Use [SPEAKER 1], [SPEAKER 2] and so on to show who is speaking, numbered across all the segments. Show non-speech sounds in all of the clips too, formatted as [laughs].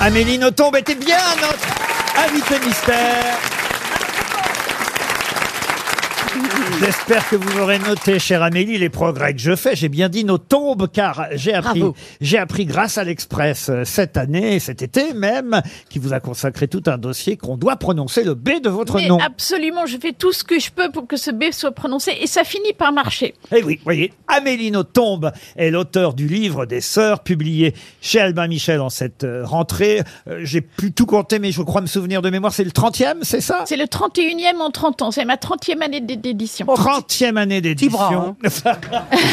[SPEAKER 1] Amélie Nothomb était bien notre invitée mystère. J'espère que vous aurez noté, chère Amélie, les progrès que je fais. J'ai bien dit nos tombes, car j'ai appris,
[SPEAKER 2] Bravo.
[SPEAKER 1] j'ai appris grâce à l'Express euh, cette année, cet été même, qui vous a consacré tout un dossier qu'on doit prononcer le B de votre
[SPEAKER 3] Mais
[SPEAKER 1] nom.
[SPEAKER 3] absolument, je fais tout ce que je peux pour que ce B soit prononcé et ça finit par marcher.
[SPEAKER 1] Eh oui, voyez, Amélie Nothomb est l'auteur du livre des Sœurs, publié chez Albin Michel en cette euh, rentrée. Euh, J'ai plus tout compté, mais je crois me souvenir de mémoire, c'est le 30e, c'est ça
[SPEAKER 3] C'est le 31e en 30 ans, c'est ma 30e année d'é- d'édition.
[SPEAKER 1] Oh, 30e année d'édition.
[SPEAKER 2] hein.
[SPEAKER 1] [laughs]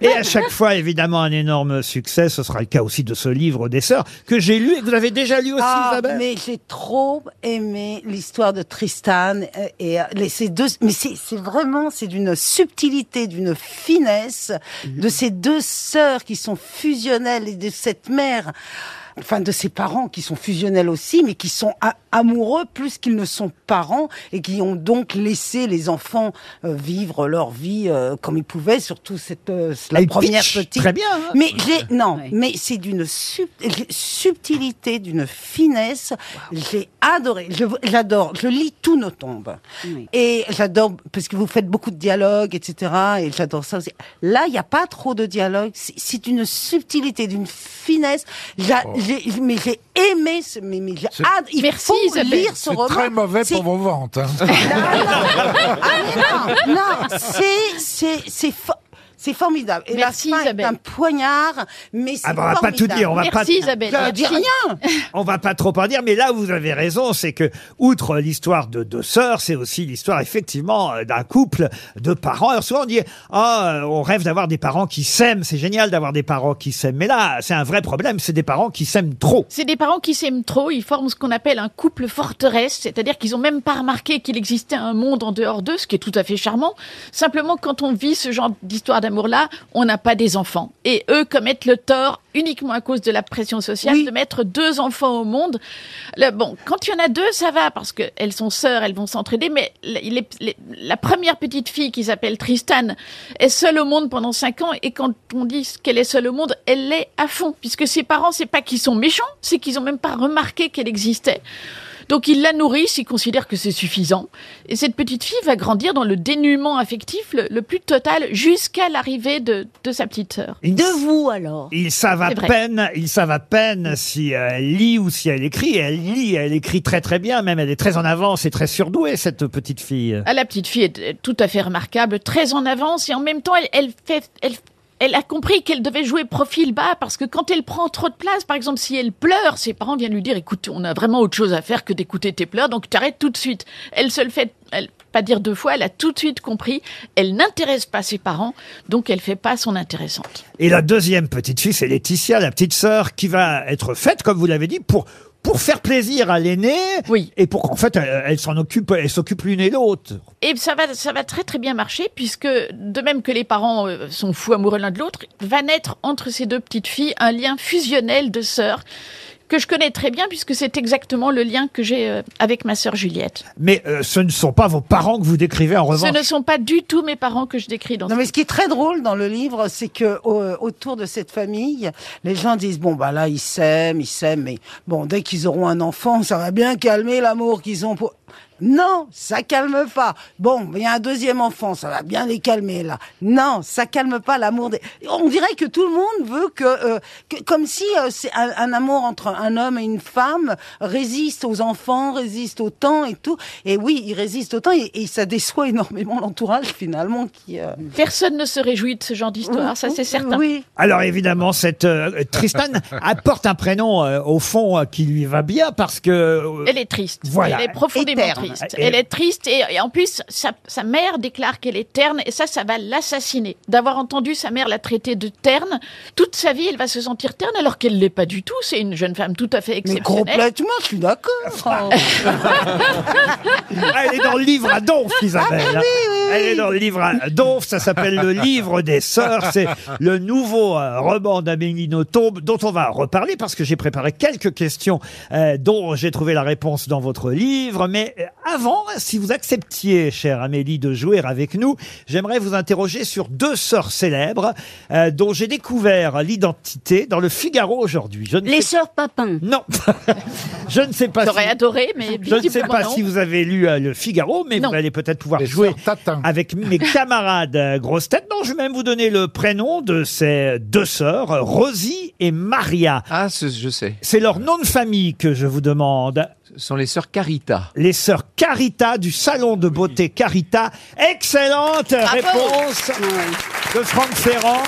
[SPEAKER 1] et à chaque fois, évidemment, un énorme succès. Ce sera le cas aussi de ce livre des Sœurs, que j'ai lu et que vous avez déjà lu aussi,
[SPEAKER 2] Ah,
[SPEAKER 1] Isabelle
[SPEAKER 2] mais j'ai trop aimé l'histoire de Tristan euh, et euh, les- ces deux. Mais c'est c'est vraiment c'est d'une subtilité, d'une finesse de
[SPEAKER 1] Mhm.
[SPEAKER 2] ces deux sœurs qui sont fusionnelles et de cette mère. Enfin, de ses parents qui sont fusionnels aussi, mais qui sont a- amoureux plus qu'ils ne sont parents et qui ont donc laissé les enfants euh, vivre leur vie euh, comme ils pouvaient, surtout cette euh, la
[SPEAKER 1] Elle
[SPEAKER 2] première
[SPEAKER 1] pitch
[SPEAKER 2] petite.
[SPEAKER 1] Très bien. hein.
[SPEAKER 2] Mais j'ai non,
[SPEAKER 3] Ouais.
[SPEAKER 2] mais c'est d'une sub- subtilité, d'une finesse. J'ai adoré. Je- J'adore. Je lis tous nos tombes et j'adore parce que vous faites beaucoup de dialogues, etc. Et j'adore ça aussi. Là, il n'y a pas trop de dialogues. C'est- C'est d'une subtilité, d'une finesse. J'a- j'ai- Mais j'ai aimé. Ce, mais mais j'ai ad- il
[SPEAKER 3] Merci,
[SPEAKER 2] faut
[SPEAKER 3] Isabelle.
[SPEAKER 2] lire ce
[SPEAKER 4] C'est
[SPEAKER 2] roman.
[SPEAKER 4] très mauvais
[SPEAKER 2] C'est
[SPEAKER 4] pour vos ventes. hein.
[SPEAKER 2] ah, mais non, non, c'est, c'est, c'est, fo- c'est formidable. Et
[SPEAKER 3] Merci,
[SPEAKER 2] la fin
[SPEAKER 3] Isabelle.
[SPEAKER 2] est un poignard, mais c'est
[SPEAKER 1] Ah bah, on va pas tout
[SPEAKER 2] formidable.
[SPEAKER 1] dire, on va pas
[SPEAKER 3] Merci Isabelle.
[SPEAKER 2] Je Bah, dis
[SPEAKER 3] merci.
[SPEAKER 2] rien.
[SPEAKER 1] on va pas trop en dire, mais là vous avez raison, c'est que outre l'histoire de deux sœurs, c'est aussi l'histoire effectivement euh, d'un couple de parents. Alors souvent on dit ah euh, on rêve d'avoir des parents qui s'aiment, c'est génial d'avoir des parents qui s'aiment, mais là c'est un vrai problème, c'est des parents qui s'aiment trop.
[SPEAKER 3] C'est des parents qui s'aiment trop, ils forment ce qu'on appelle un couple forteresse, c'est-à-dire qu'ils ont même pas remarqué qu'il existait un monde en dehors d'eux, ce qui est tout à fait charmant. Simplement, quand on vit ce genre d'histoire d'amour-là, on n'a pas des enfants. Et eux commettent le tort, uniquement à cause de la pression sociale,
[SPEAKER 2] Oui.
[SPEAKER 3] de mettre deux enfants au monde. Là, bon, quand il y en a deux, ça va, parce qu'elles sont sœurs, elles vont s'entraider, mais les- les- les- la première petite fille qui s'appelle Tristan est seule au monde pendant cinq ans, et quand on dit qu'elle est seule au monde, elle l'est à fond, puisque ses parents, c'est pas qu'ils sont méchants, c'est qu'ils ont même pas remarqué qu'elle existait. Donc ils la nourrissent, ils considèrent que c'est suffisant. Et cette petite fille va grandir dans le dénuement affectif le, le plus total jusqu'à l'arrivée de, de sa petite sœur.
[SPEAKER 1] Ils-
[SPEAKER 5] De vous alors
[SPEAKER 1] Ils savent à
[SPEAKER 3] C'est vrai.
[SPEAKER 1] peine, ils savent à peine si euh, elle lit ou si elle écrit. Elle lit, elle écrit très très bien, même elle est très en avance et très surdouée cette petite fille.
[SPEAKER 3] Ah, la petite fille est est tout à fait remarquable, très en avance et en même temps, elle, elle fait, elle, elle a compris qu'elle devait jouer profil bas parce que quand elle prend trop de place, par exemple, si elle pleure, ses parents viennent lui dire "Écoute, on a vraiment autre chose à faire que d'écouter tes pleurs, donc t'arrêtes tout de suite." Elle se le fait. Elle, pas dire deux fois, elle a tout de suite compris, elle n'intéresse pas ses parents, donc elle fait pas son intéressante.
[SPEAKER 1] Et la deuxième petite fille, c'est Laetitia, la petite sœur, qui va être faite, comme vous l'avez dit, pour pour faire plaisir à l'aînée
[SPEAKER 3] Oui.
[SPEAKER 1] et pour qu'en fait elle, elle s'en occupe, elle s'occupe l'une et l'autre.
[SPEAKER 3] Et ça va, ça va très très bien marcher puisque de même que les parents euh, sont fous amoureux l'un de l'autre, va naître entre ces deux petites filles un lien fusionnel de sœurs que je connais très bien puisque c'est exactement le lien que j'ai euh, avec ma sœur Juliette.
[SPEAKER 1] Mais euh, ce ne sont pas vos parents que vous décrivez en
[SPEAKER 3] Ce
[SPEAKER 1] revanche.
[SPEAKER 3] ne sont pas du tout mes parents que je décris dans
[SPEAKER 2] Non,
[SPEAKER 3] ce
[SPEAKER 2] mais ce qui est très drôle dans le livre, c'est que au- autour de cette famille, les gens disent bon bah là ils s'aiment, ils s'aiment, mais bon dès qu'ils auront un enfant, ça va bien calmer l'amour qu'ils ont pour. Non, ça calme pas. Bon, il y a un deuxième enfant, ça va bien les calmer là. Non, ça calme pas l'amour des. On dirait que tout le monde veut que, euh, que- comme si euh, c'est un, un amour entre un homme et une femme résiste aux enfants, résiste au temps et tout. Et oui, il résiste au temps et, et ça déçoit énormément l'entourage finalement qui. euh,
[SPEAKER 3] Personne ne se réjouit de ce genre d'histoire,
[SPEAKER 2] Mmh,
[SPEAKER 3] ça c'est certain.
[SPEAKER 2] oui.
[SPEAKER 1] Alors évidemment, cette euh, Tristan apporte un prénom euh, au fond euh, qui lui va bien parce que euh,
[SPEAKER 3] Elle est triste.
[SPEAKER 1] Voilà.
[SPEAKER 3] Elle est profondément
[SPEAKER 2] Éterne.
[SPEAKER 3] triste.
[SPEAKER 1] Et-
[SPEAKER 3] Elle est triste et, et en plus, sa, sa mère déclare qu'elle est terne et ça, ça va l'assassiner. D'avoir entendu sa mère la traiter de terne, toute sa vie, elle va se sentir terne alors qu'elle l'est pas du tout. C'est une jeune femme tout à fait
[SPEAKER 2] Mais
[SPEAKER 3] exceptionnelle.
[SPEAKER 2] complètement, je suis
[SPEAKER 3] [laughs] Oh.
[SPEAKER 2] d'accord.
[SPEAKER 1] Ah, elle est dans le livre à donf, Isabelle.
[SPEAKER 2] Ah, bah Oui, oui,
[SPEAKER 1] Elle est dans le livre à Donf, ça s'appelle Le Livre des Sœurs. C'est le nouveau euh, roman d'Amélie Nothomb dont on va reparler parce que j'ai préparé quelques questions euh, dont j'ai trouvé la réponse dans votre livre. Mais euh, avant, si vous acceptiez, chère Amélie, de jouer avec nous, j'aimerais vous interroger sur deux sœurs célèbres euh, dont j'ai découvert l'identité dans le Figaro aujourd'hui. Je ne
[SPEAKER 4] Les
[SPEAKER 1] sais-
[SPEAKER 4] sœurs Papin.
[SPEAKER 1] Non, [laughs] je ne sais pas.
[SPEAKER 3] J'aurais
[SPEAKER 1] si-
[SPEAKER 3] adoré, mais
[SPEAKER 1] je ne sais
[SPEAKER 3] visiblement
[SPEAKER 1] pas
[SPEAKER 3] non.
[SPEAKER 1] si vous avez lu euh, le Figaro, mais
[SPEAKER 3] Non.
[SPEAKER 1] vous allez peut-être pouvoir
[SPEAKER 5] Les
[SPEAKER 1] jouer
[SPEAKER 5] joueurs Tatin.
[SPEAKER 1] avec
[SPEAKER 3] [laughs]
[SPEAKER 1] mes camarades euh, grosses têtes. Non, je vais même vous donner le prénom de ces deux sœurs, euh, Rosie et Maria.
[SPEAKER 6] [laughs] Ah, ce- je sais.
[SPEAKER 1] C'est leur nom de famille que je vous demande.
[SPEAKER 6] Ce sont les sœurs Carita.
[SPEAKER 1] Les sœurs Carita du salon de beauté Carita. Excellente réponse de Franck Ferrand.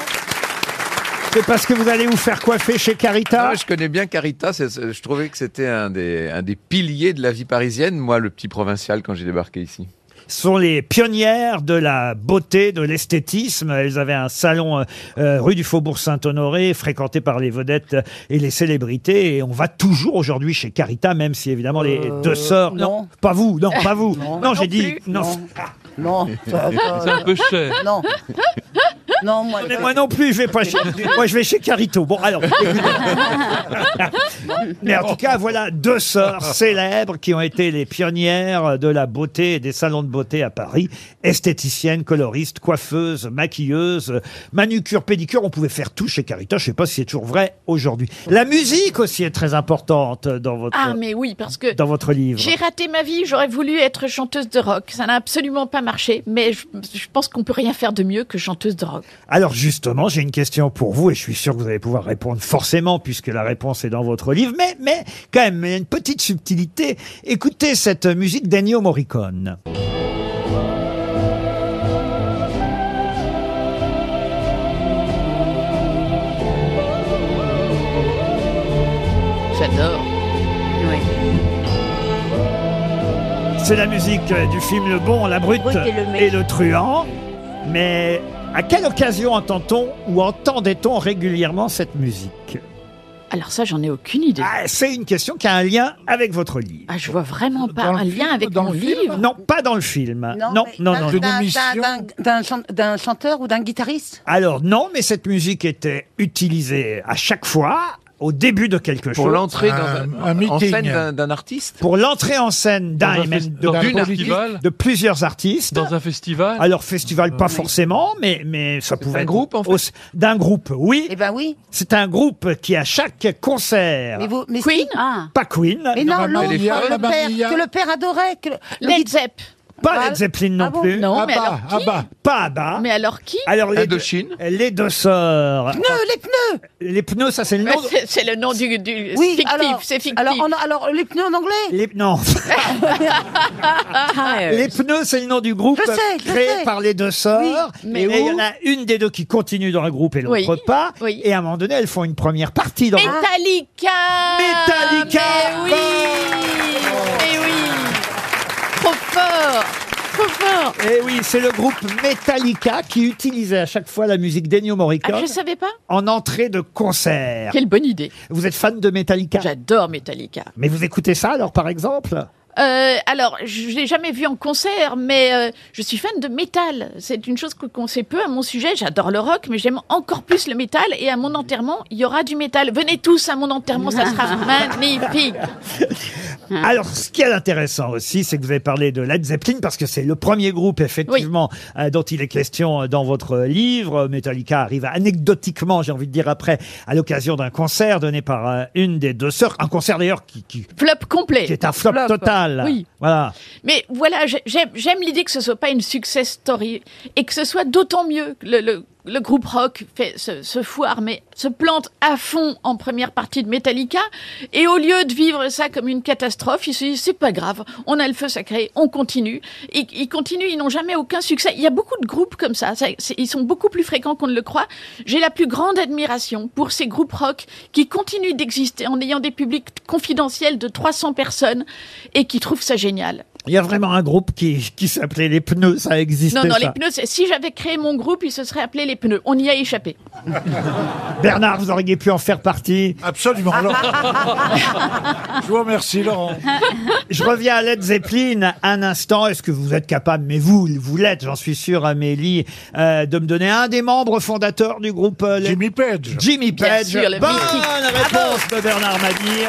[SPEAKER 1] C'est parce que vous allez vous faire coiffer chez Carita.
[SPEAKER 6] Ah, je connais bien Carita. c'est- c'est- je trouvais que c'était un des, un des piliers de la vie parisienne, moi, le petit provincial, quand j'ai débarqué ici.
[SPEAKER 1] Ce sont les pionnières de la beauté, de l'esthétisme. Elles avaient un salon euh, euh, rue du Faubourg Saint-Honoré, fréquenté par les vedettes euh, et les célébrités. Et on va toujours aujourd'hui chez Carita, même si évidemment les
[SPEAKER 2] Euh,
[SPEAKER 1] deux sœurs.
[SPEAKER 2] non.
[SPEAKER 1] pas vous, non, pas vous. Non, j'ai
[SPEAKER 3] Non
[SPEAKER 1] dit
[SPEAKER 3] plus.
[SPEAKER 1] non.
[SPEAKER 2] Non, ça va,
[SPEAKER 7] C'est un peu cher.
[SPEAKER 2] non. Non, moi,
[SPEAKER 1] Mais moi non plus, je vais [laughs] pas chez... moi je vais chez Carito. Bon alors. écoutez. Mais en tout cas, voilà deux sœurs célèbres qui ont été les pionnières de la beauté et des salons de beauté à Paris, esthéticienne, coloriste, coiffeuse, maquilleuse, manucure, pédicure, on pouvait faire tout chez Carita, je sais pas si c'est toujours vrai aujourd'hui. La musique aussi est très importante dans votre
[SPEAKER 3] Ah, mais oui, parce que
[SPEAKER 1] dans votre livre.
[SPEAKER 3] j'ai raté ma vie, j'aurais voulu être chanteuse de rock. Ça n'a absolument pas marché, mais je, je pense qu'on peut rien faire de mieux que chanteuse de rock.
[SPEAKER 1] Alors justement, j'ai une question pour vous et je suis sûr que vous allez pouvoir répondre forcément puisque la réponse est dans votre livre. Mais, mais quand même, il y a une petite subtilité. Écoutez cette musique d'Ennio Morricone.
[SPEAKER 3] J'adore.
[SPEAKER 1] C'est la musique euh, du film Le Bon, la Brute
[SPEAKER 4] Brute et le Méchant.
[SPEAKER 1] et le Truand. Mais à quelle occasion entend-on ou entendait-on régulièrement cette musique
[SPEAKER 3] Alors ça, j'en ai aucune idée.
[SPEAKER 1] ah, C'est une question qui a un lien avec votre livre.
[SPEAKER 3] Ah, je vois vraiment pas
[SPEAKER 5] Dans le
[SPEAKER 3] un
[SPEAKER 5] film,
[SPEAKER 3] lien avec
[SPEAKER 5] dans
[SPEAKER 3] mon
[SPEAKER 5] le film
[SPEAKER 3] livre.
[SPEAKER 1] Non, pas dans le film. Non, non, non. non.
[SPEAKER 5] D'une
[SPEAKER 2] D'un-
[SPEAKER 5] émission.
[SPEAKER 2] d'un- d'un- D'un chan- d'un chanteur ou d'un guitariste
[SPEAKER 1] Alors non, mais cette musique était utilisée à chaque fois au début de quelque
[SPEAKER 6] Pour
[SPEAKER 1] chose.
[SPEAKER 6] l'entrée dans
[SPEAKER 5] Un-
[SPEAKER 6] un-
[SPEAKER 5] un
[SPEAKER 6] en scène
[SPEAKER 5] meeting.
[SPEAKER 6] d'un- d'un artiste
[SPEAKER 1] pour l'entrée en scène
[SPEAKER 7] Dans
[SPEAKER 1] d'un
[SPEAKER 7] un
[SPEAKER 1] et même
[SPEAKER 7] fes-
[SPEAKER 1] de,
[SPEAKER 7] dans un
[SPEAKER 6] d'une
[SPEAKER 7] festival
[SPEAKER 1] de plusieurs artistes.
[SPEAKER 7] Dans un festival
[SPEAKER 1] Alors festival pas forcément, mais mais ça pouvait
[SPEAKER 6] un
[SPEAKER 1] être
[SPEAKER 6] groupe, en fait
[SPEAKER 1] aussi- d'un groupe. Oui,
[SPEAKER 2] Eh ben oui.
[SPEAKER 1] c'est un groupe qui à chaque concert,
[SPEAKER 2] Mais vous, mais
[SPEAKER 3] Queen,
[SPEAKER 4] Ah,
[SPEAKER 1] pas Queen,
[SPEAKER 2] Mais non,
[SPEAKER 5] Mamma
[SPEAKER 2] l'autre,
[SPEAKER 5] Mia,
[SPEAKER 2] le
[SPEAKER 5] Mamma
[SPEAKER 2] père,
[SPEAKER 5] Mia.
[SPEAKER 2] que le père adorait. Que le, le
[SPEAKER 3] Led
[SPEAKER 2] guit-
[SPEAKER 3] Zepp.
[SPEAKER 1] pas
[SPEAKER 2] Ah,
[SPEAKER 1] Led Zeppelin non
[SPEAKER 2] ah bon
[SPEAKER 1] plus,
[SPEAKER 3] Non,
[SPEAKER 5] Ah
[SPEAKER 3] mais
[SPEAKER 5] bah,
[SPEAKER 3] alors
[SPEAKER 5] ah
[SPEAKER 3] qui
[SPEAKER 5] bah. Ah,
[SPEAKER 1] pas ABBA.
[SPEAKER 3] Mais alors qui
[SPEAKER 1] Alors les deux,
[SPEAKER 6] Indochine.
[SPEAKER 1] les deux sœurs,
[SPEAKER 2] Pneus, les pneus
[SPEAKER 1] les pneus, ça c'est le
[SPEAKER 3] Bah,
[SPEAKER 1] nom. de-
[SPEAKER 3] c'est- [laughs] C'est le nom du, du
[SPEAKER 2] Oui,
[SPEAKER 3] fictif,
[SPEAKER 2] alors,
[SPEAKER 3] c'est fictif.
[SPEAKER 2] Alors, en- alors, les pneus en anglais
[SPEAKER 1] Les, non, les pneus, c'est le nom du groupe
[SPEAKER 2] Je sais, je
[SPEAKER 1] créé
[SPEAKER 2] sais.
[SPEAKER 1] par les deux sœurs.
[SPEAKER 3] Oui, mais
[SPEAKER 1] et il y
[SPEAKER 3] où
[SPEAKER 1] en a une des deux qui continue dans le groupe et l'autre
[SPEAKER 3] Oui,
[SPEAKER 1] pas.
[SPEAKER 3] oui.
[SPEAKER 1] Et à un moment donné, elles font une première partie dans le groupe.
[SPEAKER 5] Ah.
[SPEAKER 3] Metallica
[SPEAKER 1] Metallica
[SPEAKER 3] Mais oui Mais oui Trop fort Ah, Trop fort
[SPEAKER 1] Et oui, c'est le groupe Metallica qui utilisait à chaque fois la musique d'Ennio
[SPEAKER 3] ah,
[SPEAKER 1] Morricone
[SPEAKER 3] je savais pas.
[SPEAKER 1] en entrée de concert.
[SPEAKER 3] Quelle bonne idée.
[SPEAKER 1] Vous êtes fan de Metallica
[SPEAKER 3] J'adore Metallica.
[SPEAKER 1] Mais vous écoutez ça alors par exemple
[SPEAKER 3] Euh, alors, je l'ai jamais vu en concert, mais euh, je suis fan de métal. C'est une chose que- qu'on sait peu à mon sujet. J'adore le rock, mais j'aime encore plus le métal. Et à mon enterrement, il y aura du métal. Venez tous à mon enterrement, ça
[SPEAKER 2] Ah.
[SPEAKER 3] sera magnifique. Hein.
[SPEAKER 1] Alors ce qui est intéressant aussi, c'est que vous avez parlé de Led Zeppelin parce que c'est le premier groupe effectivement euh, dont il est question euh, dans votre livre. Metallica arrive anecdotiquement, j'ai envie de dire après, à l'occasion d'un concert donné par euh, une des deux sœurs. Un concert d'ailleurs qui, qui,
[SPEAKER 3] Flop complet.
[SPEAKER 1] qui est un flop,
[SPEAKER 2] Flop.
[SPEAKER 1] total.
[SPEAKER 3] Oui.
[SPEAKER 1] Voilà.
[SPEAKER 3] Mais voilà, j'ai- j'aime j'aime l'idée que ce soit pas une success story et que ce soit d'autant mieux que le, le- le groupe rock fait se, se foire, mais se plante à fond en première partie de Metallica. Et au lieu de vivre ça comme une catastrophe, ils se disent c'est pas grave, on a le feu sacré, on continue. Ils, ils continuent, ils n'ont jamais aucun succès. Il y a beaucoup de groupes comme ça, ça- c'est- ils sont beaucoup plus fréquents qu'on ne le croit. J'ai la plus grande admiration pour ces groupes rock qui continuent d'exister en ayant des publics confidentiels de 300 personnes et qui trouvent ça génial.
[SPEAKER 1] Il y a vraiment un groupe qui, qui s'appelait Les Pneus, ça existait.
[SPEAKER 3] Non, non,
[SPEAKER 1] ça.
[SPEAKER 3] les pneus, c'est- si j'avais créé mon groupe, il se serait appelé les pneus. On y a échappé.
[SPEAKER 1] Bernard, vous auriez pu en faire partie.
[SPEAKER 4] Absolument. Je vous remercie, Laurent.
[SPEAKER 1] Je reviens à Led Zeppelin un instant. Est-ce que vous êtes capable, mais vous, vous l'êtes, j'en suis sûr, Amélie, euh, de me donner un des membres fondateurs du groupe euh, Led
[SPEAKER 4] Jimmy Page.
[SPEAKER 1] Jimmy
[SPEAKER 3] Bien
[SPEAKER 1] Page.
[SPEAKER 3] sûr, le
[SPEAKER 1] Bonne
[SPEAKER 3] mythique. Ah
[SPEAKER 1] réponse de Bernard Mabille.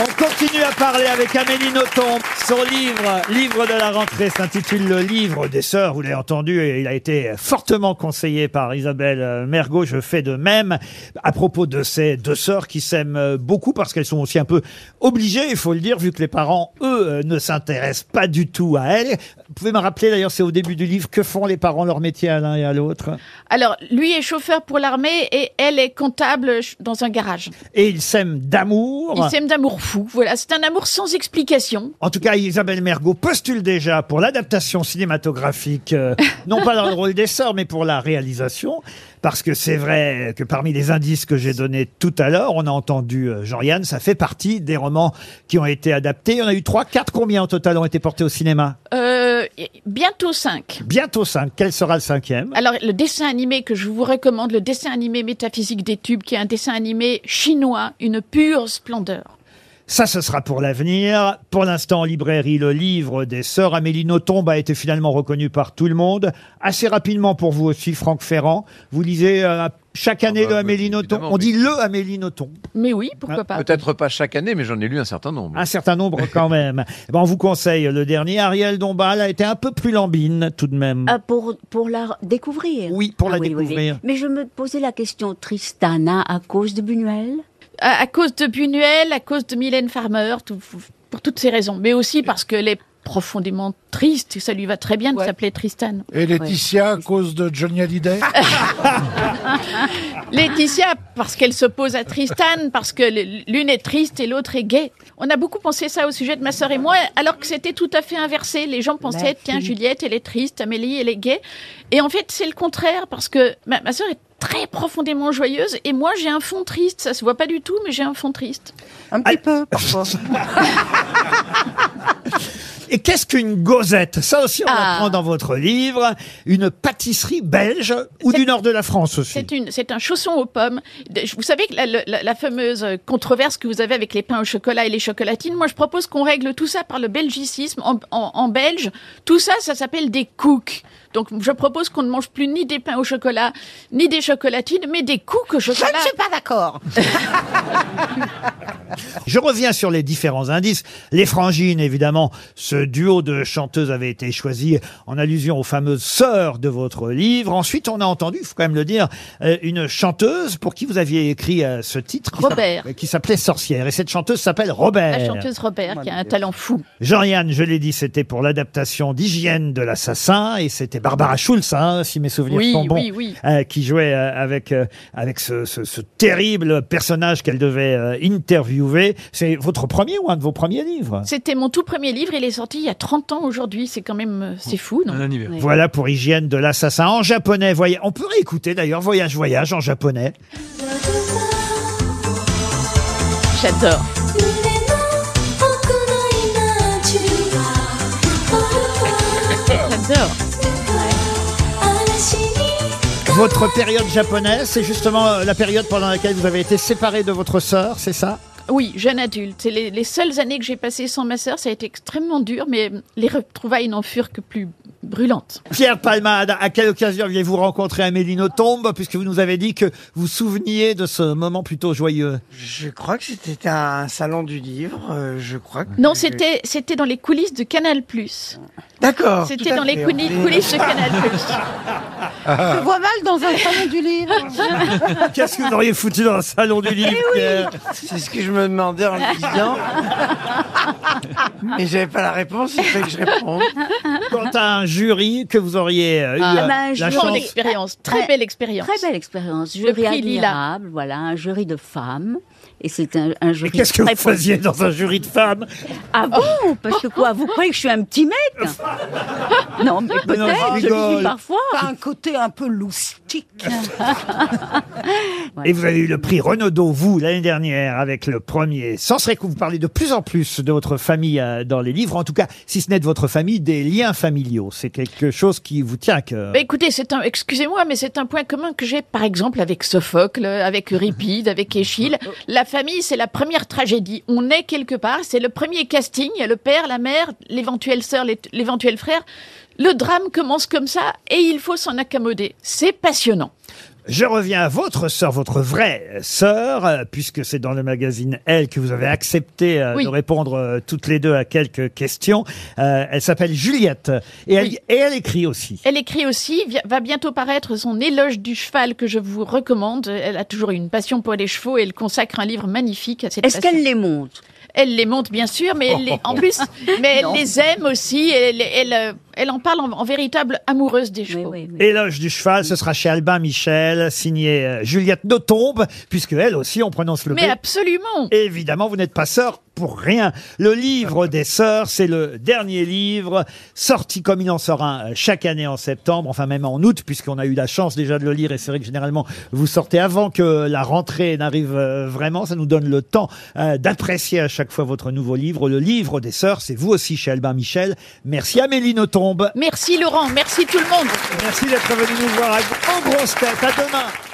[SPEAKER 1] On continue à parler avec Amélie Nothomb. Son livre, Livre de la rentrée, s'intitule Le Livre des Sœurs. Vous l'avez entendu, et il a été fortement conseillé par Isabelle Mergot. Je fais de même à propos de ces deux sœurs qui s'aiment beaucoup parce qu'elles sont aussi un peu obligées, il faut le dire, vu que les parents, eux, euh, ne s'intéressent pas du tout à elles. Vous pouvez me rappeler, d'ailleurs, c'est au début du livre, que font les parents leur métier à l'un et à l'autre
[SPEAKER 3] Alors, lui est chauffeur pour l'armée et elle est comptable ch- dans un garage.
[SPEAKER 1] Et ils s'aiment d'amour.
[SPEAKER 3] Ils s'aiment d'amour fou. Voilà, c'est un amour sans explication.
[SPEAKER 1] En tout cas, Isabelle Mergot postule déjà pour l'adaptation cinématographique, euh, non pas dans le rôle des sœurs, mais pour la réalisation. Parce que c'est vrai que parmi les indices que j'ai donnés tout à l'heure, on a entendu euh, Jean-Yann, ça fait partie des romans qui ont été adaptés. Il y en a eu trois, quatre, combien au total ont été portés au cinéma
[SPEAKER 3] Euh, et- bientôt 5.
[SPEAKER 1] Bientôt cinq. Quel sera le cinquième
[SPEAKER 3] Alors, le dessin animé que je vous recommande, le dessin animé métaphysique des tubes, qui est un dessin animé chinois, une pure splendeur.
[SPEAKER 1] Ça, ce sera pour l'avenir. Pour l'instant, en librairie, le livre des sœurs Amélie Nothomb a été finalement reconnu par tout le monde. Assez rapidement pour vous aussi, Franck Ferrand. Vous lisez euh, chaque année
[SPEAKER 6] bah,
[SPEAKER 1] le
[SPEAKER 6] oui,
[SPEAKER 1] Amélie Nothomb.
[SPEAKER 6] évidemment,
[SPEAKER 1] On
[SPEAKER 6] mais-
[SPEAKER 1] dit le Amélie Nothomb.
[SPEAKER 3] Mais oui, pourquoi pas.
[SPEAKER 6] Peut-être pas chaque année, mais j'en ai lu un certain nombre.
[SPEAKER 1] Un certain
[SPEAKER 6] [laughs]
[SPEAKER 1] nombre quand même. Eh ben, on vous conseille le dernier. Ariel Dombal a été un peu plus lambine tout de même.
[SPEAKER 5] Ah, bah, pour, pour la découvrir Ah
[SPEAKER 1] Oui, pour la découvrir.
[SPEAKER 5] Mais je me posais la question, Tristana, à cause de Buñuel
[SPEAKER 3] À, à cause de Buñuel, à cause de Mylène Farmer, tout- pour toutes ces raisons. Mais aussi parce qu'elle est profondément triste. Ça lui va très bien de s'appeler Tristan.
[SPEAKER 4] Et Laetitia, à cause de Johnny Hallyday.
[SPEAKER 3] Laetitia, parce qu'elle s'oppose à Tristan, parce que l- l'une est triste et l'autre est gaie. On a beaucoup pensé ça au sujet de ma sœur et moi, alors que c'était tout à fait inversé. Les gens pensaient, tiens, Juliette, elle est triste, Amélie, elle est gaie. Et en fait, c'est le contraire, parce que ma, ma sœur est très profondément joyeuse, et moi, j'ai un fond triste. Ça se voit pas du tout, mais j'ai un fond triste.
[SPEAKER 2] Un petit peu, parfois.
[SPEAKER 1] Et qu'est-ce qu'une gosette Ça aussi, on
[SPEAKER 3] Ah.
[SPEAKER 1] l'apprend dans votre livre. Une pâtisserie belge ou du nord de la France aussi.
[SPEAKER 3] C'est une, c'est un chausson aux pommes. De- je- Vous savez que la, la- la fameuse euh, controverse que vous avez avec les pains au chocolat et les chocolatines, moi je propose qu'on règle tout ça par le belgicisme en, en- en belge. Tout ça, ça s'appelle des cooks. Donc je propose qu'on ne mange plus ni des pains au chocolat, ni des chocolatines, mais des cooks au
[SPEAKER 2] Je
[SPEAKER 3] chocolat.
[SPEAKER 2] ne suis pas d'accord.
[SPEAKER 1] Je reviens sur les différents indices. Les frangines, évidemment, ce duo de chanteuses avait été choisi en allusion aux fameuses sœurs de votre livre. Ensuite, on a entendu, il faut quand même le dire, euh, une chanteuse pour qui vous aviez écrit euh, ce titre. qui
[SPEAKER 3] Robert.
[SPEAKER 1] s'appelait- Qui s'appelait Sorcière. Et cette chanteuse s'appelle Robert.
[SPEAKER 3] La chanteuse Robert, qui a un talent fou.
[SPEAKER 1] Jean-Yann, je l'ai dit, c'était pour l'adaptation d'Hygiène de l'assassin. Et c'était Barbara Schulz, hein, si mes souvenirs
[SPEAKER 3] Oui,
[SPEAKER 1] sont bons.
[SPEAKER 3] oui, oui.
[SPEAKER 1] euh, qui jouait euh, avec euh, avec ce, ce- ce terrible personnage qu'elle devait euh, interviewer. C'est votre premier ou un de vos premiers livres
[SPEAKER 3] C'était mon tout premier livre, il est sorti il y a 30 ans aujourd'hui, c'est quand même, euh, c'est fou, non
[SPEAKER 5] Oui.
[SPEAKER 1] Voilà pour Hygiène de l'assassin en japonais. Voyez, on peut réécouter d'ailleurs Voyage Voyage en japonais.
[SPEAKER 3] J'adore.
[SPEAKER 7] 胸の奥の稲中は
[SPEAKER 3] J'adore.
[SPEAKER 7] 嵐に
[SPEAKER 1] Votre période japonaise, c'est justement euh, la période pendant laquelle vous avez été séparé de votre sœur, c'est ça
[SPEAKER 3] Oui, jeune adulte. C'est les, les seules années que j'ai passées sans ma sœur. Ça a été extrêmement dur, mais les retrouvailles n'en furent que plus brûlantes.
[SPEAKER 1] Pierre Palmade, à quelle occasion aviez-vous rencontré Amélie Nothomb puisque vous nous avez dit que vous souveniez de ce moment plutôt joyeux
[SPEAKER 8] Je crois que c'était un salon du livre, euh, je crois. que-
[SPEAKER 3] Non, c'était c'était dans les coulisses de Canal+. C'était
[SPEAKER 8] D'accord. Ah, tout à
[SPEAKER 3] dans les
[SPEAKER 8] fait,
[SPEAKER 3] couli-
[SPEAKER 8] on est-
[SPEAKER 3] coulisses de Canal+.
[SPEAKER 2] Je te vois mal dans un salon du livre.
[SPEAKER 1] Qu'est-ce que vous auriez foutu dans le salon du livre Pierre
[SPEAKER 8] C'est ce que je me demandais en
[SPEAKER 3] [laughs]
[SPEAKER 8] le disant. Mais j'avais pas la réponse, il fallait que je réponde.
[SPEAKER 1] Quentin jury que vous auriez euh, eu
[SPEAKER 5] Ah,
[SPEAKER 1] euh,
[SPEAKER 5] ben,
[SPEAKER 1] la
[SPEAKER 5] jury.
[SPEAKER 1] chance
[SPEAKER 3] Grande expérience, très
[SPEAKER 5] Ah,
[SPEAKER 3] belle expérience.
[SPEAKER 5] Très belle expérience.
[SPEAKER 3] Le
[SPEAKER 5] Jury
[SPEAKER 3] prix Lila.
[SPEAKER 5] admirable, voilà, un jury de femmes. Et c'est un, un
[SPEAKER 1] Mais
[SPEAKER 5] jury
[SPEAKER 1] qu'est-ce que
[SPEAKER 5] très
[SPEAKER 1] vous faisiez dans un jury de femmes
[SPEAKER 5] Ah bon Parce que quoi Vous croyez que je suis un petit mec
[SPEAKER 1] [laughs]
[SPEAKER 5] Non, mais
[SPEAKER 1] Mais non,
[SPEAKER 5] peut-être,
[SPEAKER 1] je
[SPEAKER 5] je le
[SPEAKER 1] rigole.
[SPEAKER 5] suis parfois.
[SPEAKER 2] T'as un côté un peu loustique.
[SPEAKER 1] Et vous avez eu le prix Renaudot, vous, l'année dernière, avec le premier. Sans serait que vous parlez de plus en plus de votre famille euh, dans les livres, en tout cas, si ce n'est de votre famille, des liens familiaux. C'est quelque chose qui vous tient à cœur.
[SPEAKER 3] Bah, écoutez, c'est un, excusez-moi, mais c'est un point commun que j'ai, par exemple, avec Sophocle, avec Euripide, avec Échille. La famille, c'est la première tragédie. On est quelque part, c'est le premier casting. Il y a le père, la mère, l'éventuelle sœur, l'é- l'éventuel frère. Le drame commence comme ça et il faut s'en accommoder. C'est passionnant.
[SPEAKER 1] Je reviens à votre sœur, votre vraie sœur, euh, puisque c'est dans le magazine Elle que vous avez accepté euh,
[SPEAKER 3] Oui.
[SPEAKER 1] de répondre euh, toutes les deux à quelques questions. Euh, elle s'appelle Juliette et elle,
[SPEAKER 3] Oui.
[SPEAKER 1] et elle écrit aussi.
[SPEAKER 3] Elle écrit aussi, vi- va bientôt paraître son éloge du cheval que je vous recommande. Elle a toujours eu une passion pour les chevaux et elle consacre un livre magnifique à cette
[SPEAKER 5] Est-ce
[SPEAKER 3] passion.
[SPEAKER 5] qu'elle les monte
[SPEAKER 3] Elle les monte bien sûr, mais elle les, en
[SPEAKER 5] [laughs]
[SPEAKER 3] plus, mais elle
[SPEAKER 5] Non.
[SPEAKER 3] les aime aussi. Elle, elle, euh, elle en parle en, en véritable amoureuse des
[SPEAKER 5] Oui,
[SPEAKER 3] chevaux.
[SPEAKER 5] oui, oui.
[SPEAKER 1] Éloge du cheval, ce sera chez Albin Michel, signé euh, Juliette Notombe, puisque elle aussi, on prononce le B.
[SPEAKER 3] Mais absolument.
[SPEAKER 1] Évidemment, vous n'êtes pas sœur pour rien. Le livre des sœurs, c'est le dernier livre, sorti comme il en sort un euh, chaque année en septembre, enfin même en août, puisqu'on a eu la chance déjà de le lire, et c'est vrai que généralement, vous sortez avant que la rentrée n'arrive euh, vraiment, ça nous donne le temps euh, d'apprécier à chaque fois votre nouveau livre. Le livre des sœurs, c'est vous aussi chez Albin Michel. Merci Amélie Notombe.
[SPEAKER 3] Merci Laurent, merci tout le monde.
[SPEAKER 1] Merci d'être venu nous voir à- en grosse tête. À demain.